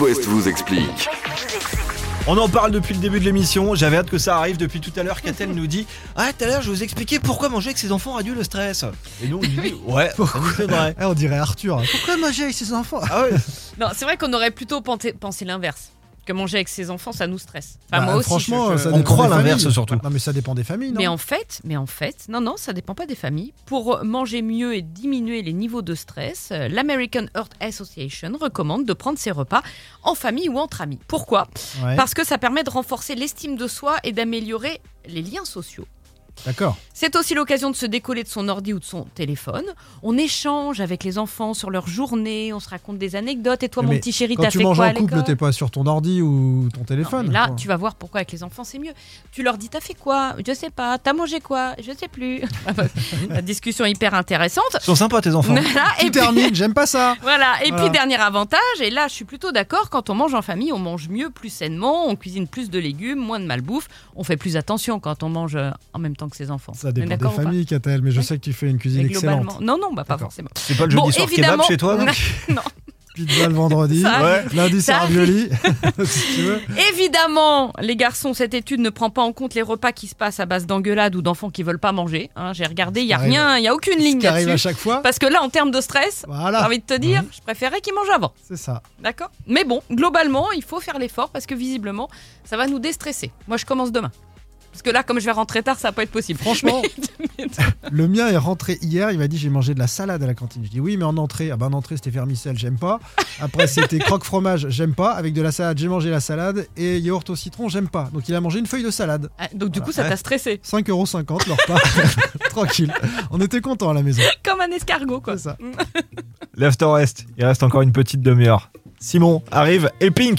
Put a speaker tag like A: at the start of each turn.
A: West vous explique.
B: On en parle depuis le début de l'émission, j'avais hâte que ça arrive depuis tout à l'heure. Katel nous dit Ah, tout à l'heure, je vous expliquais pourquoi manger avec ses enfants réduit le stress. Et nous, on lui dit Ouais, c'est vrai.
C: Eh, on dirait Arthur. Pourquoi manger avec ses enfants
B: Ah ouais,
D: Non, c'est vrai qu'on aurait plutôt pensé, pensé l'inverse. Que manger avec ses enfants, ça nous stresse. Enfin,
C: Bah,
D: Ah, moi aussi.
C: Franchement,
D: je- je-
C: ça
B: On
C: dépend
B: croit
C: des
B: l'inverse,
C: familles.
B: surtout.
C: Non, mais ça dépend des familles, non
D: Mais en fait, mais en fait, non, non, ça dépend pas des familles. Pour manger mieux et diminuer les niveaux de stress, euh, l'American Heart Association recommande de prendre ses repas en famille ou entre amis. Pourquoi
C: Ouais,
D: Parce que ça permet de renforcer l'estime de soi et d'améliorer les liens sociaux.
C: D'accord.
D: C'est aussi l'occasion de se décoller de son ordi ou de son téléphone. On échange avec les enfants sur leur journée, on se raconte des anecdotes. Et toi,
C: Mais
D: mon petit chéri,
C: Quand
D: t'as
C: tu
D: fait
C: manges
D: quoi à
C: en couple,
D: l'école
C: t'es pas sur ton ordi ou ton
D: Non, mais
C: téléphone.
D: là,
C: Bon.
D: tu vas voir pourquoi avec les enfants c'est mieux. Tu leur dis, t'as fait quoi Je sais pas. T'as mangé quoi Je sais plus. La discussion hyper intéressante.
B: ils sont sympas tes enfants.
D: Voilà,
C: Tu
D: et puis,
C: termines, j'aime pas ça.
D: voilà. Et
C: Voilà.
D: puis dernier avantage. Et là, je suis plutôt d'accord. Quand on mange en famille, on mange mieux, plus sainement, on cuisine plus de légumes, moins de malbouffe. On fait plus attention quand on mange euh, en même temps que ses enfants.
C: Ça
D: On est
C: dépend
D: d'accord
C: des
D: ou pas
C: familles, Katel, mais je
D: Ouais.
C: sais que tu fais une
D: Mais
C: cuisine
D: globalement,
C: excellente.
D: non, non, bah, pas
C: D'accord.
D: forcément.
B: C'est pas le jeudi
D: Bon,
B: soir
D: évidemment-
B: kebab chez toi non
D: non.
C: Pizza le vendredi,
D: Ça arrive.
C: lundi c'est
D: Ça arrive.
C: ravioli, si tu veux.
D: Évidemment, les garçons, cette étude ne prend pas en compte les repas qui se passent à base d'engueulades ou d'enfants qui veulent pas manger. hein. J'ai regardé, il y a
C: Ce qui
D: rien, il y a aucune
C: Ce
D: ligne
C: qui arrive à
D: là-dessus.
C: chaque fois.
D: Parce que là, en termes de stress, j'ai
C: Voilà,
D: envie de te dire,
C: Mhm.
D: je préférais qu'ils mangent avant.
C: c'est ça.
D: D'accord Mais bon, globalement, il faut faire l'effort parce que visiblement, ça va nous déstresser. Moi, je commence demain. Parce que là, comme je vais rentrer tard, ça va pas être possible.
C: Franchement,
D: Mais-
C: Le mien est rentré hier, il m'a dit j'ai mangé de la salade à la cantine. Je dis oui mais en entrée, ah ben en entrée c'était vermicelle, j'aime pas. Après c'était croque fromage, j'aime pas. Avec de la salade, j'ai mangé la salade et yaourt au citron, j'aime pas. Donc il a mangé une feuille de salade.
D: Ah, Donc, du coup, ça t'a stressé.
C: 5,50€ leur repas. Tranquille. On était contents à la maison.
D: Comme un escargot, quoi.
C: C'est ça.
B: L'After Rest, il reste encore une petite demi-heure. Simon arrive et Pink